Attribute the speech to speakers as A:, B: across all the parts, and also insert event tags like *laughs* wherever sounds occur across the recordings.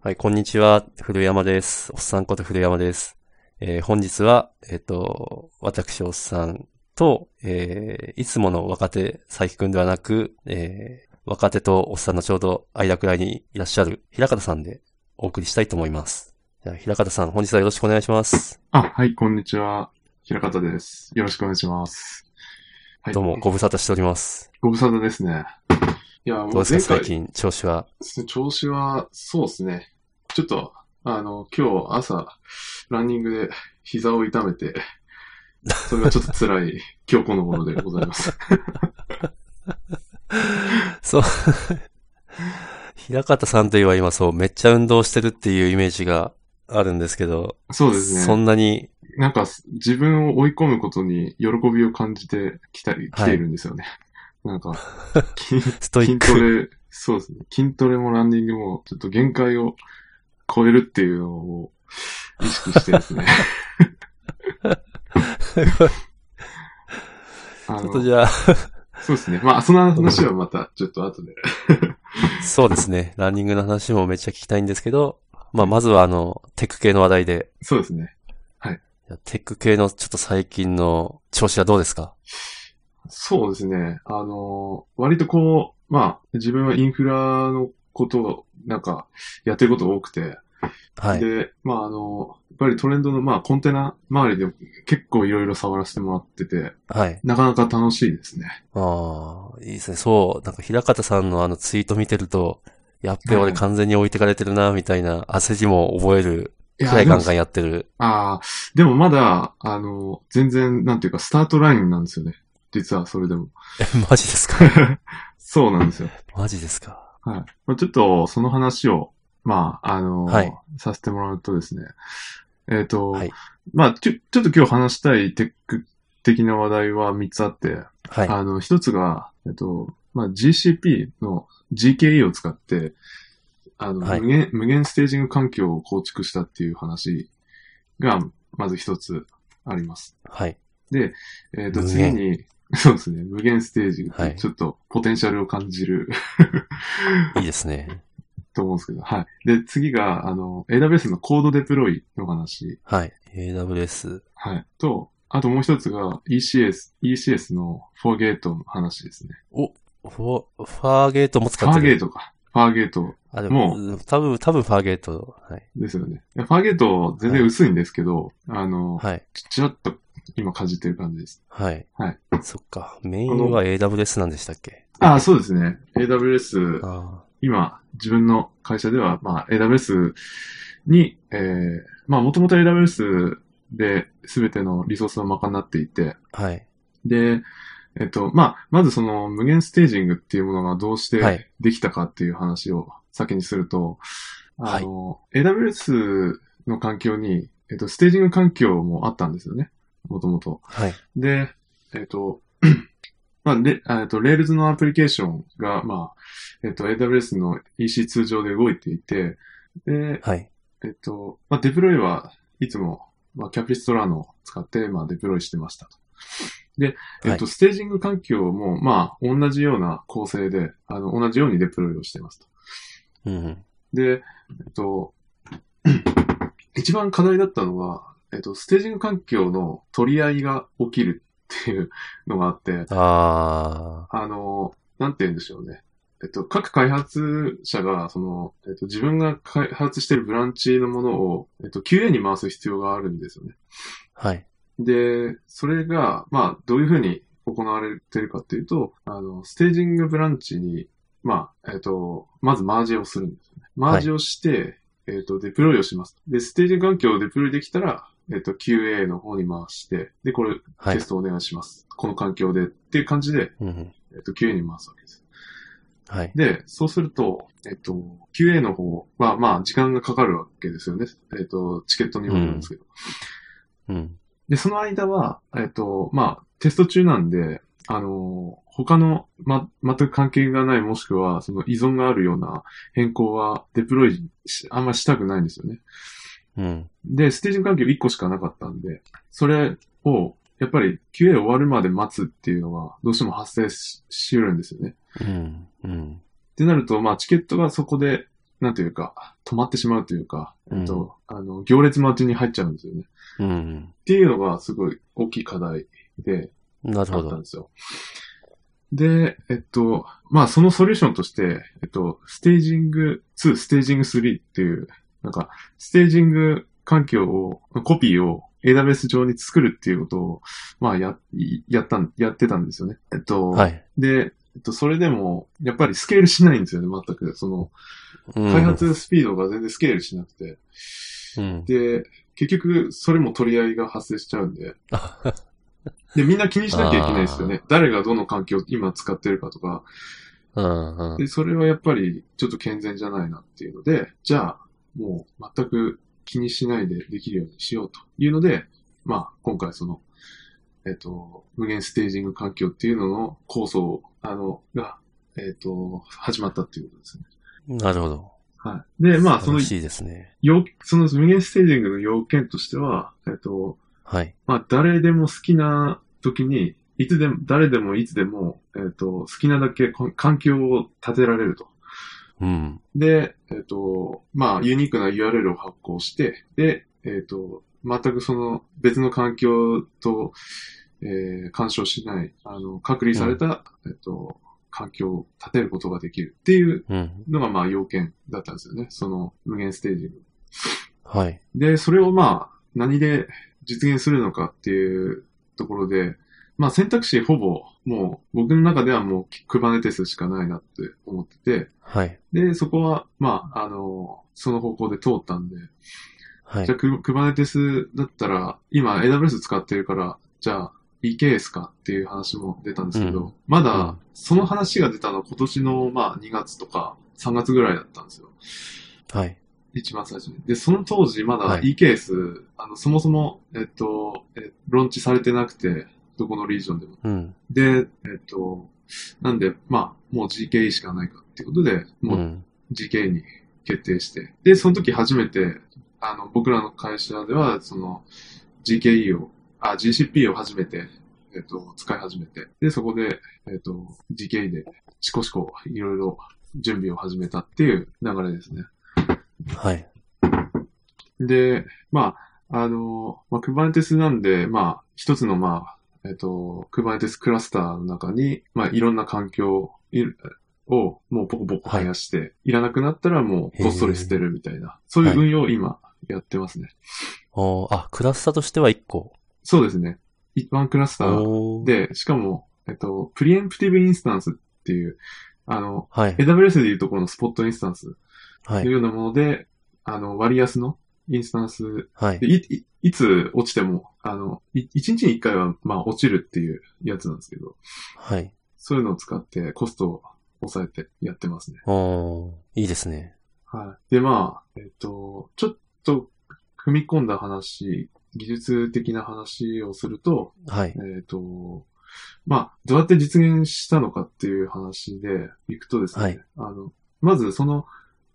A: はい、こんにちは。古山です。おっさんこと古山です。えー本日は、えっ、と、私おっさんと、えーいつもの若手、佐伯くんではなく、えー若手とおっさんのちょうど間くらいにいらっしゃる、平方さんでお送りしたいと思います。じゃあ、平方さん、本日はよろしくお願いします。
B: あ、はい、こんにちは。平方です。よろしくお願いします。はい、
A: どうも、ご無沙汰しております。
B: ご無沙汰ですね。いや、も
A: どうで
B: う
A: す
B: 前
A: か、最
B: 回、
A: 近、調子は。
B: 調子は、そうですね。ちょっと、あの、今日朝、ランニングで膝を痛めて、それがちょっと辛い *laughs* 今日この頃でございます。
A: そう。 *laughs* 平方さんといえば今そう、めっちゃ運動してるっていうイメージがあるんですけど、
B: *laughs* そうです
A: そ
B: ね。
A: んなに、
B: なんか、自分を追い込むことに喜びを感じてきたり、来ているんですよね。な
A: *laughs*
B: んか、筋
A: ストイ
B: 筋
A: ッ
B: ト
A: ク。
B: レ、そうですね。筋トレもランニングも、ちょっと限界を超えるっていうのを意識してで
A: *laughs*
B: すね。
A: ち
B: あ
A: ょっ
B: の
A: とじゃあ、
B: そうですね。まあ、その話はまた、ちょっと後で。
A: そうですね。ランニングの話もめっちゃ聞きたいんですけど、まあ、まずはあの、テック系の話題で。
B: そうですね。
A: いやテック系のちょっと最近の調子はどうですか
B: そうですね。あの、割とこう、まあ、自分はインフラのことを、なんか、やってることが多くて、
A: はい。
B: で、まあ、あの、やっぱりトレンドの、まあ、コンテナ周りで結構いろいろ触らせてもらってて、
A: はい。
B: なかなか楽しいですね。
A: ああ、いいですね。そう。なんか、平方さんのあのツイート見てると、やっべ、
B: は
A: 俺
B: い
A: 完全に置いてかれてるな、みたいな焦りも覚えるく
B: い
A: らい
B: でも
A: ガンガンやってる。
B: ああ、でもまだ、あの、全然、なんていうか、スタートラインなんですよね。実はそれ
A: *laughs*
B: でも。
A: え、マジですか
B: そうなんですよ。
A: マジですか
B: はい。まあ、ちょっと、その話を、まあ、あの、
A: はい
B: させてもらうとですね。えっ、と、
A: はい
B: まあちょ、ちょっと今日話したいテック的な話題は3つあって、
A: はい。
B: あの、一つが、えっと、まあ、GCP の GKE を使って、あの、
A: はい
B: 無限、無限ステージング環境を構築したっていう話が、まず一つあります。
A: はい。
B: えっ、と、
A: 無
B: 次
A: 限
B: に、 *laughs* そうですね、無限ステージングって
A: はい
B: ちょっとポテンシャルを感じる *laughs*
A: いいですね。
B: と思うんですけど、はい。で、次が、あの、AWS のコードデプロイの話、
A: はい。AWS。
B: はい。と、あともう一つが ECS、ECS のフォーゲートの話ですね。
A: フォ、ファーゲートも使
B: フ
A: って
B: ァーゲ
A: る。
B: ートか。ファーゲート
A: あ、で
B: も
A: も、うん多分、多分ファーゲート。はい。
B: ですよね。いやファーゲート全然薄いんですけど、あの、
A: はい。
B: ちちらっと今かじってる感じです。
A: はい。
B: はい。
A: そっか。メインは AWS なんでしたっけ
B: ああ、そうですね。AWS、
A: あ
B: 今、自分の会社では、まあ、AWS に、えー、まあ、もともと AWS で全てのリソースを賄っていて、
A: あ。はい。
B: で、えっと、まあ、まずその無限ステージングっていうものがどうし
A: は
B: て
A: い
B: できたかっていう話を先にすると、あの、AWS の環境に、えっと、ステージング環境もあったんですよね。もともと。
A: はい。
B: で、えっ、と、 *clears throat* まあ、レ、えっと、Rails のアプリケーションが、まあ、えっ、と、AWS の EC2 上で動いていて、で、
A: はい。
B: えっ、と、まあ、デプロイはいつも、まあ、キャピストラーノを使って、まあ、デプロイしてましたと。で、えっ、と、
A: は
B: ステージング環境も、まあ、同じような構成で、あの、同じようにデプロイをしてますと。
A: うん。
B: で、えっと、一番課題だったのは、えっと、ステージング環境の取り合いが起きるっていうのがあって、
A: あ
B: あの、なんて言うんでしょうね。えっと、各開発者が、その、えっと、自分が開発してるブランチのものを、えっと、QA に回す必要があるんですよね。
A: あ。はい。
B: で、それが、まあ、どういうふうに行われてるかっていうと、あの、ステージングブランチに、まあ、えっ、と、まずマージをするんですよね。マージをして、えっ、と、デプロイをします。で、ステージング環境をデプロイできたら、えっ、と、QA の方に回して、で、これ、
A: は
B: テ
A: い
B: ス。トお願いします。この環境でっていう感じで、
A: うんうん。
B: えっ、と、QA に回すわけです。
A: はい。
B: で、そうすると、えっと、QA の方は、まあ、時間がかかるわけですよね。えっと、チケットにもよるんですけど。
A: うん。
B: で、その間は、えっと、まあ、テスト中なんで、あの、他の、ま、全く関係がないもしくは、その依存があるような変更はデプロイし、あんましたくないんですよね。
A: うん。
B: で、ステージング環境1個しかなかったんで、それを、やっぱり QA 終わるまで待つっていうのは、どうしても発生し、しうるんですよね。
A: うん。うん。
B: ってなると、まあ、チケットがそこで、なんていうか、止まってしまうというか、
A: うん
B: えっと、あの、行列待ちに入っちゃうんですよね。
A: うん。
B: っていうのがすごい大きい課題で、
A: なる
B: あ
A: ほ
B: ったん
A: ど。
B: ですよ。で、えっと、まあそのソリューションとして、えっと、ステージング2、ステージング3っていう、なんか、ステージング環境を、コピーを AWS 上に作るっていうことを、まあや、やったん、やってたんですよね。えっと、
A: はい。
B: で、えっと、それでも、やっぱりスケールしないんですよね、全く。その、
A: うん
B: 開発スピードが全然スケールしなくて。
A: うん。 *laughs*
B: で、結局、それも取り合いが発生しちゃうんで。で、みんな気にしなきゃいけないですよね。誰がどの環境を今使ってるかとか。
A: うんうん。
B: で、それはやっぱりちょっと健全じゃないなっていうので、じゃあ、もう全く気にしないでできるようにしようというので、まあ、今回その、えっ、と、無限ステージング環境っていうのの構想を、あの、が、えっ、と、始まったっていうことですね。
A: なるほど。
B: はい。で、まあ、その
A: 楽、しいですね。
B: よ、その無限ステージングの要件としては、えっ、と、
A: はい。
B: まあ、誰でも好きな時に、いつでも、誰でもいつでも、えっ、と、好きなだけこ環境を立てられると。
A: うん。
B: で、えっ、と、まあ、ユニークな URL を発行して、で、えっ、と、全くその別の環境と、えー干渉しない、あの、隔離された、えっ、と、環境を立てることができるっていう
A: うん。
B: のが、まあ、要件だったんですよね。その、無限ステージング。
A: はい。
B: で、それをまあ、何で実現するのかっていうところで、まあ選択肢ほぼもう僕の中ではもう Kubernetes しかないなって思ってて、
A: はい。
B: で、そこはまあ、あの、その方向で通ったんで、
A: はい
B: じゃあ。Kub- Kubernetes だったら、今 AWS 使ってるから、じゃあ EKS かっていう話も出たんですけど、
A: うん
B: ま
A: うん
B: だその話が出たのは今年のまあ2月とか3月ぐらいだったんですよ。
A: はい。
B: 一番最初に。で、その当時ま
A: は
B: だ
A: い
B: EKS、あの、そもそも、えっと、えローンチされてなくて、どこのリージョンでも。
A: うん。
B: で、えっと、なんで、まあ、もう GKE しかないかっていうことで、
A: う。
B: もうん GKE に決定して。で、その時初めて、あの、僕らの会社では、その、GKE を、あ、GCP を初めて、えっと、使い始めて。で、そこで、えっと、GKE で、しこしこ、いろいろ準備を始めたっていう流れですね。
A: はい。
B: で、まあ、あの、まあ、Kubernetes なんで、まあ、一つの、まあ、えっと、Kubernetes クラスターの中に、まあ、いろんな環境いを、もうボコボコ生やして、い、らなくなったらもう、こっそり捨てるみたいな、そういう運用を今、やってますね。
A: おーあ、クラスターとしては1個。
B: そうですね。一般クラスター
A: おー
B: で、しかも、えっと、プリエンプティブインスタンスっていう、あの、
A: はい。
B: AWS でいうところのスポットインスタンス
A: は
B: という
A: い。
B: ようなもので、あの、割安のインスタンス
A: はい
B: で。いいいつ落ちても、あの、い一日に一回は、まあ、落ちるっていうやつなんですけど、
A: はい。
B: そういうのを使ってコストを抑えてやってますね。
A: おーいいですね。
B: はい。で、まあ、えっと、ちょっと踏み込んだ話、技術的な話をすると、
A: はい。
B: えっと、まあ、どうやって実現したのかっていう話でいくとですね、
A: はい
B: あの、まずその、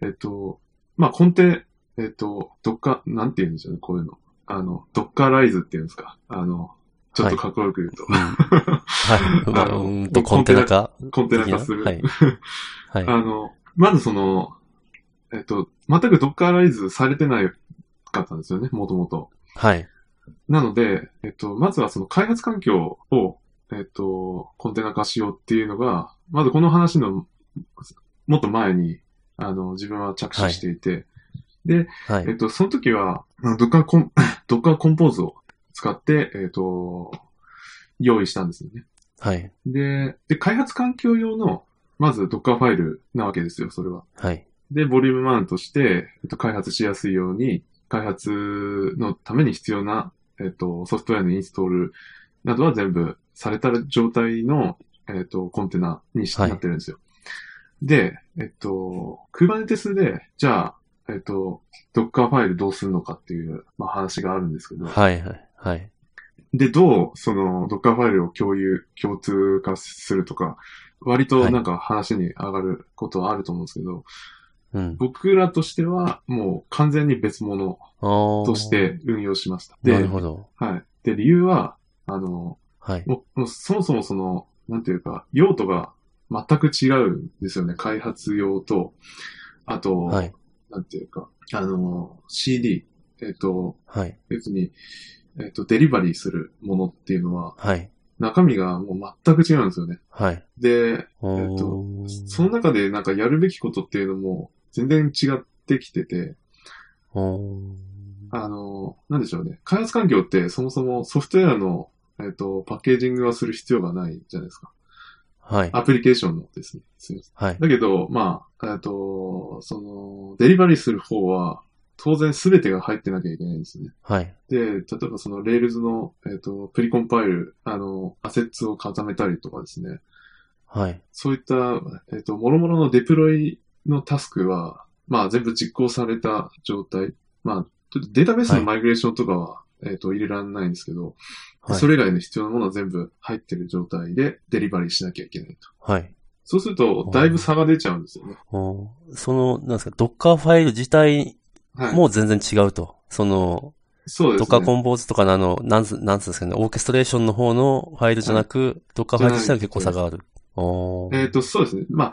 B: えっと、まあ、根底、えっと、どっか、なんて言うんでしょうね、こういうの。あの、ドッカーライズっていうんですか。あの、ちょっとかっこよく言うと、
A: うん。
B: *laughs*
A: はい。まあ
B: あの
A: うーんと、コンテナ化。
B: コンテナ化する。
A: はいはい。
B: あの、まずその、えっと、全くドッカーライズされてないかったんですよね、もともと。
A: はい。
B: なので、えっと、まずはその開発環境を、えっと、コンテナ化しようっていうのが、まずこの話のもっと前に、あの、自分は着手していて、
A: はい
B: えっ。と、その時は、あのドッカーコン、 *laughs* ドッカーコンポーズを使って、えっと、用意したんですよね。
A: はい。
B: で、で、開発環境用の、まずドッカーファイルなわけですよ、それは。
A: はい。
B: で、ボリュームマウントして、えっと、開発しやすいように、開発のために必要な、えっと、ソフトウェアのインストールなどは全部された状態の、えっと、コンテナにし、
A: はい
B: なってるんですよ。で、えっと、Kubernetes で、じゃあ、えっと、Docker ファイルどうするのかっていう、まあ、話があるんですけど、
A: はい。はい。はい。
B: で、どう、その、Docker ファイルを共有、共通化するとか、割となんか話に上がることはあると思うんですけど、
A: うん。
B: 僕らとしては、もう完全に別物
A: おー
B: とし。て運用しました。で、
A: なる
B: は
A: ほど。
B: い。で、理由は、あの、
A: はい。
B: もう、もうそもそもその、なんていうか、用途が全く違うんですよね。開発用と、あと、
A: はい。
B: なんていうか、あの、CD、えっ、と、
A: はい。
B: 別に、えっ、と、デリバリーするものっていうのは、
A: はい。
B: 中身がもう全く違うんですよね。
A: はい。
B: で、
A: お
B: えっと
A: ー
B: その中でなんかやるべきことっていうのも全然違ってきてて、
A: おー
B: あの、なんでしょうね。開発環境ってそもそもソフトウェアの、えっ、と、パッケージングはする必要がないじゃないですか。
A: はい。
B: アプリケーションのですね。すいません
A: はい。
B: だけど、まあ、えっと、その、デリバリーする方は、当然全てが入ってなきゃいけないんですね。
A: はい。
B: で、例えばその Rails の、えっと、プリコンパイル、あの、アセッツを固めたりとかですね。
A: はい。
B: そういった、えっと、諸々のデプロイのタスクは、まあ全部実行された状態。まあ、ちょっとデータベースのマイグレーションとかは、えっと、入れられないんですけど、
A: はい。
B: それ以外の必要なものは全部入ってる状態でデリバリーしなきゃいけないと。
A: はい。
B: そうすると、だいぶ差が出ちゃうんですよね。
A: おーその、なんですか、ドッカーファイル自体
B: はい。
A: も全然違うと。その、
B: そうです
A: ド
B: ね。
A: ッカーコンポーズとかのあの、なんす、なんつうんですかね、オーケストレーションの方のファイルじゃなく、ドッカーファイル自体は結構差がある。おー
B: えっ、と、そうですね。ま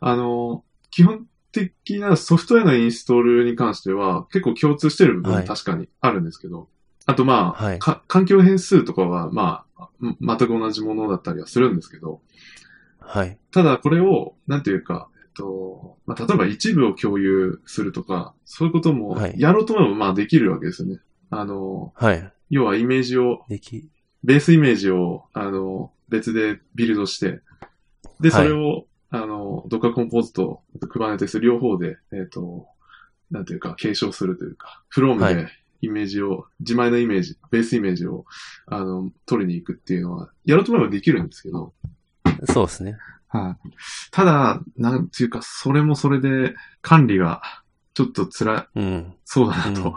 B: あ、あの、基本的なソフトウェアのインストールに関しては、結構共通してる部分
A: は
B: はい確かにあるんですけど、あとまあ、
A: はい
B: か環境変数とかは、まあ、ん全く同じものだったりはするんですけど、
A: はい。
B: ただこれを、なんていうか、えっと、まあ、例えば一部を共有するとか、そういうことも
A: はい、
B: やろうと思えば、まあ、できるわけですよね。あの、
A: はい。
B: 要はイメージを
A: でき、
B: ベースイメージを、あの、別でビルドして、
A: は
B: で、
A: い
B: それを、あの、ドッカーコンポーズと、クバネテス両方で、えっ、と、なんていうか、継承するというか、フローム
A: は
B: でイメージを、自前のイメージ、ベースイメージを、あの、取りに行くっていうのは、やろうと思えばできるんですけど、
A: そうですね。
B: はい。ただ、なんていうか、それもそれで、管理が、ちょっと辛
A: うん。
B: そうだなと。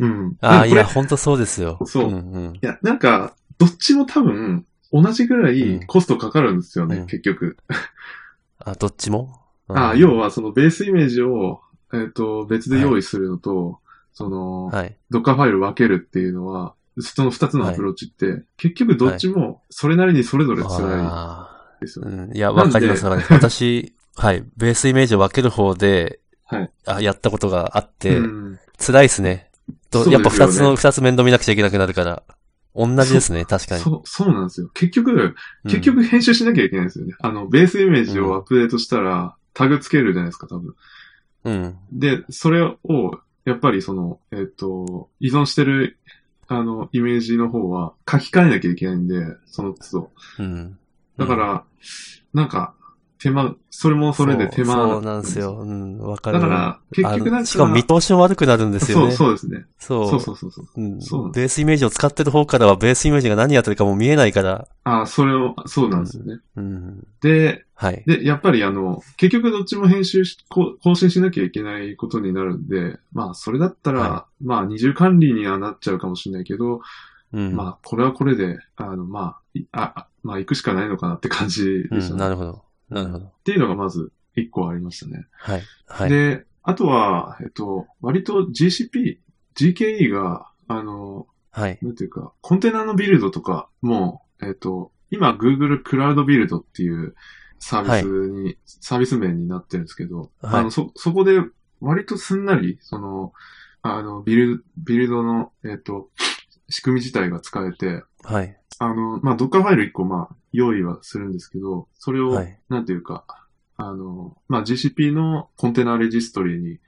B: うん。
A: あ
B: な
A: あ、
B: んか
A: い
B: これ
A: や、ほんとそうですよ。
B: そうん
A: うん。
B: いや、なんか、どっちも多分、同じぐらいコストかかるんですよね、
A: うん
B: 結局。
A: あ、どっちも
B: あ
A: よ
B: 要は、そのベースイメージを、えっ、と、別で用意するのと、その、
A: はい。
B: ドッカーファイル分けるっていうのは、その二つのアプローチって、結局どっちも、それなりにそれぞれ辛
A: あ
B: いです
A: ー
B: よね。
A: うん。いや、
B: なん
A: わ
B: で
A: かります、わかります。私、はい、ベースイメージを分ける方で、
B: はい
A: あやったことがあって、
B: うん
A: 辛いですね。と
B: そう
A: やっぱ
B: ですよ
A: 二
B: ね
A: つの、二つ面倒見なくちゃいけなくなるから。同じですね、確かに。
B: そう、そうなんですよ。結局、
A: うん
B: 結、局編集しなきゃいけないんですよね。あの、ベースイメージをアップデートしたら、タグつけるじゃないですか、多分。
A: うん。
B: で、それを、やっぱりその、えっ、と、依存してる、あの、イメージの方は書き換えなきゃいけないんで、その都
A: う
B: 度。
A: ん。
B: だから、なんか、手間、それもそれで手間。
A: そうそうなんです。よ。うん、わか
B: だ
A: る。
B: から、結局
A: あ
B: なん
A: の
B: か、
A: しかも見通しも悪くなるんですよね。
B: そう、そうですね。
A: そう。
B: そうそうそうそう。
A: うん
B: そうなんです
A: ベースイメージを使ってる方からは、ベースイメージが何やってるかもう見えないから。
B: ああ、それを、そうなんですよね。
A: うん。
B: で、
A: はい。
B: で、やっぱりあの、結局どっちも編集し、こう更新しなきゃいけないことになるんで、まあ、それだったら、
A: は
B: まあ、二重管理にはなっちゃうかもしれないけど、
A: うん。
B: まあ、これはこれで、あの、まあ、いあ、あまあ、行くしかないのかなって感じで
A: う
B: した、
A: ん、
B: ね
A: なるほど。なるほど
B: っ。ていうのがまず一個ありましたね。
A: はい。はい。
B: で、あとは、えっと、割と GCP、GKE が、あの、
A: はい。
B: なんていうか、コンテナのビルドとかも、えっと、今 Google クラウドビルドっていうサービスに、サービス名になってるんですけど、
A: はい
B: あの、そ、そこで割とすんなり、その、あの、ビル、ビルドの、えっと、仕組み自体が使えて、
A: はい。
B: あの、まあ、ドッカーファイル1個、まあ、用意はするんですけど、それを、
A: はい
B: なんていうか、あの、まあ、GCP のコンテナレジストリに、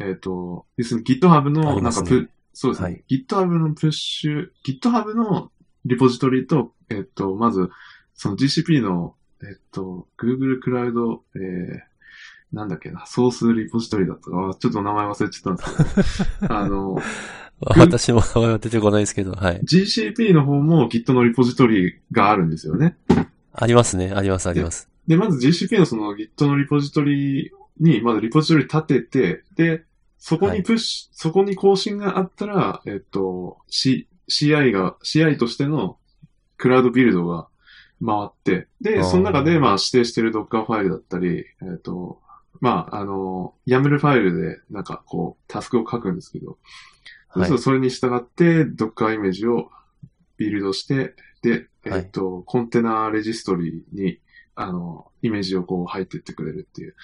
B: えっ、と、要するに GitHub
A: あ
B: の、
A: り
B: な
A: ま
B: ん
A: すね
B: かプ、そうですね、
A: はい
B: GitHub のプッシュ、GitHub のリポジトリと、えっ、と、まず、その GCP の、えっ、と、Google クラウド、えー、なんだっけな、ソースリポジトリだったか、あちょっと名前忘れちゃったんです
A: *laughs*
B: けど、あの、
A: 私も名前は出てこないですけど、はい。
B: GCP の方も Git のリポジトリがあるんですよね。
A: ありますね。あります、あります。
B: で、まず GCP のその Git のリポジトリに、まずリポジトリ立てて、で、そこ
A: は
B: に
A: い
B: プッシュ、そこに更新があったら、えっと、C、CI が、CI としてのクラウドビルドが回って、
A: あ
B: で、
A: ー
B: その中で、まあ、指定してる Docker ファイルだったり、えっと、まあ、あの、YAML ファイルで、なんかこう、タスクを書くんですけど、そう
A: はい
B: すると。それに従って、Docker イメージをビルドして、で、えっ、
A: はい
B: と、コンテナレジストリに、あの、イメージをこう入ってってくれるっていう。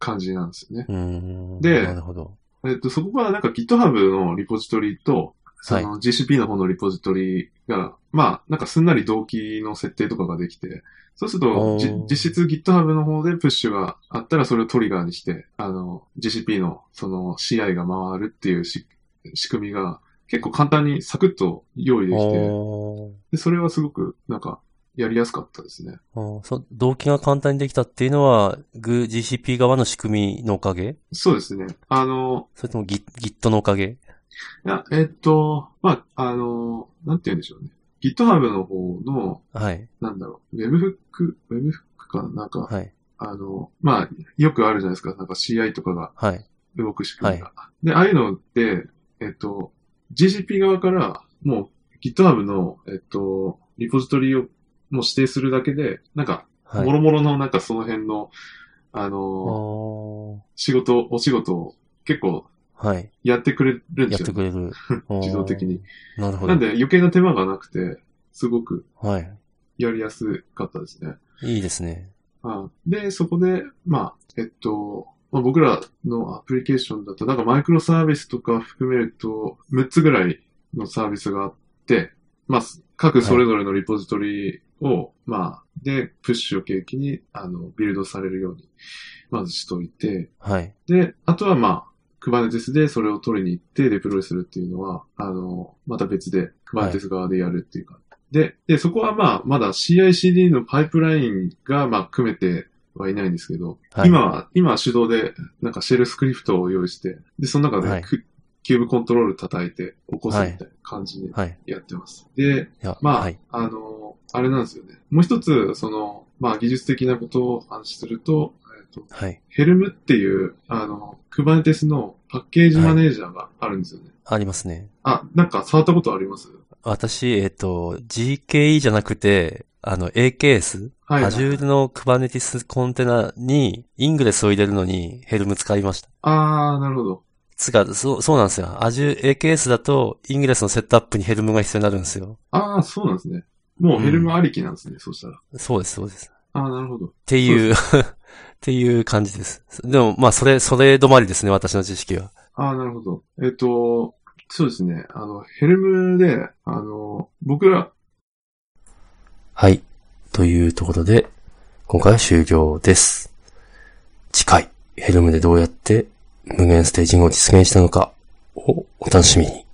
B: 感じなんですよね。
A: うん。
B: で
A: なるほど。
B: えっと、そこからなんか GitHub のリポジトリと、そ
A: は
B: の GCP の方のリポジトリが、まあ、なんかすんなり同期の設定とかができて、そうする
A: お
B: と、じ
A: ー
B: 実質 GitHub の方でプッシュがあったらそれをトリガーにして、あの、GCP のその CI が回るっていうし仕組みが結構簡単にサクッと用意できて、
A: おー
B: でそれはすごくなんかやりやすかったですね。
A: あーそう、動機が簡単にできたっていうのは、グ GCP 側の仕組みのおかげ
B: そうですね。あの、
A: それとも Git, Git のおかげ
B: いや、えっと、まあ、あの、なんて言うんでしょうね。GitHub の方の、
A: はい。
B: なんだろう、Webhook、Webhook かななんか、
A: はい。
B: あの、まあ、よくあるじゃないですか。なんか CI とかが
A: はい。
B: 動く仕組みが。で、ああいうのって、えっと、GCP 側から、もう GitHub の、えっと、リポジトリをもう指定するだけで、なんか、
A: はい。
B: もろもろの、なんかその辺の、あの、
A: お
B: 仕事、お仕事を結構
A: ーはい。
B: やってくれるんで
A: やっ
B: す
A: て
B: よ、
A: くれ
B: ね。
A: る。
B: *laughs* 自動的に。
A: おー。なるほど。
B: なんで余計な手間がなくて、すごく
A: はい。
B: やりやすかったですね。
A: いいですね。
B: あで、そこで、まあ、えっと、まあ、僕らのアプリケーションだと、なんかマイクロサービスとか含めると、6つぐらいのサービスがあって、まあ、各それぞれのリポジトリを、まあ、で、プッシュを契機に、あの、ビルドされるように、まずしといて、
A: はい。
B: で、あとはまあ、Kubernetes でそれを取りに行ってデプロイするっていうのは、あの、また別で Kubernetes 側でやるっていうか。で、で、そこはまあ、まだ CICD のパイプラインがまあ、組めてはいないんですけど、
A: はい。
B: 今は、今は手動で、なんかシェルスクリプトを用意して、で、その中
A: はい
B: でキュ、キューブコントロール叩いて起こすみたいな感じで
A: はい。
B: やってます。で、
A: いや、
B: まあ、
A: はい。
B: あの、あれなんですよね。もう一つ、その、まあ、技術的なことを話すると、えっと、
A: はい。
B: ヘルムっていう、あの、Kubernetes のパッケージマネージャーがあるんですよね。
A: ありますね。
B: あ、なんか触ったことあります
A: 私、えっ、と、GKE じゃなくて、あの、AKS、
B: はい。
A: Azure の Kubernetes コンテナに、イングレスを入れるのに、ヘルム使いました。
B: あー、なるほど。
A: つか、そう、そうなんですよ。Azure AKS だと、イングレスのセットアップにヘルムが必要になるんですよ。
B: あー、そうなんですね。もうヘルムありきなんですね、そしたら。
A: そうです、そうです。っ
B: あー、なるほど。
A: ていう、 *laughs* っていう感じです。でも、まあ、それ、それ止まりですね、私の知識は。
B: あー、なるほど。えっ、と、そうですね。あの、ヘルムで、あの、僕ら、
A: はい。というところで、今回は終了です。次回、ヘルムでどうやって無限ステージングを実現したのかをお楽しみに。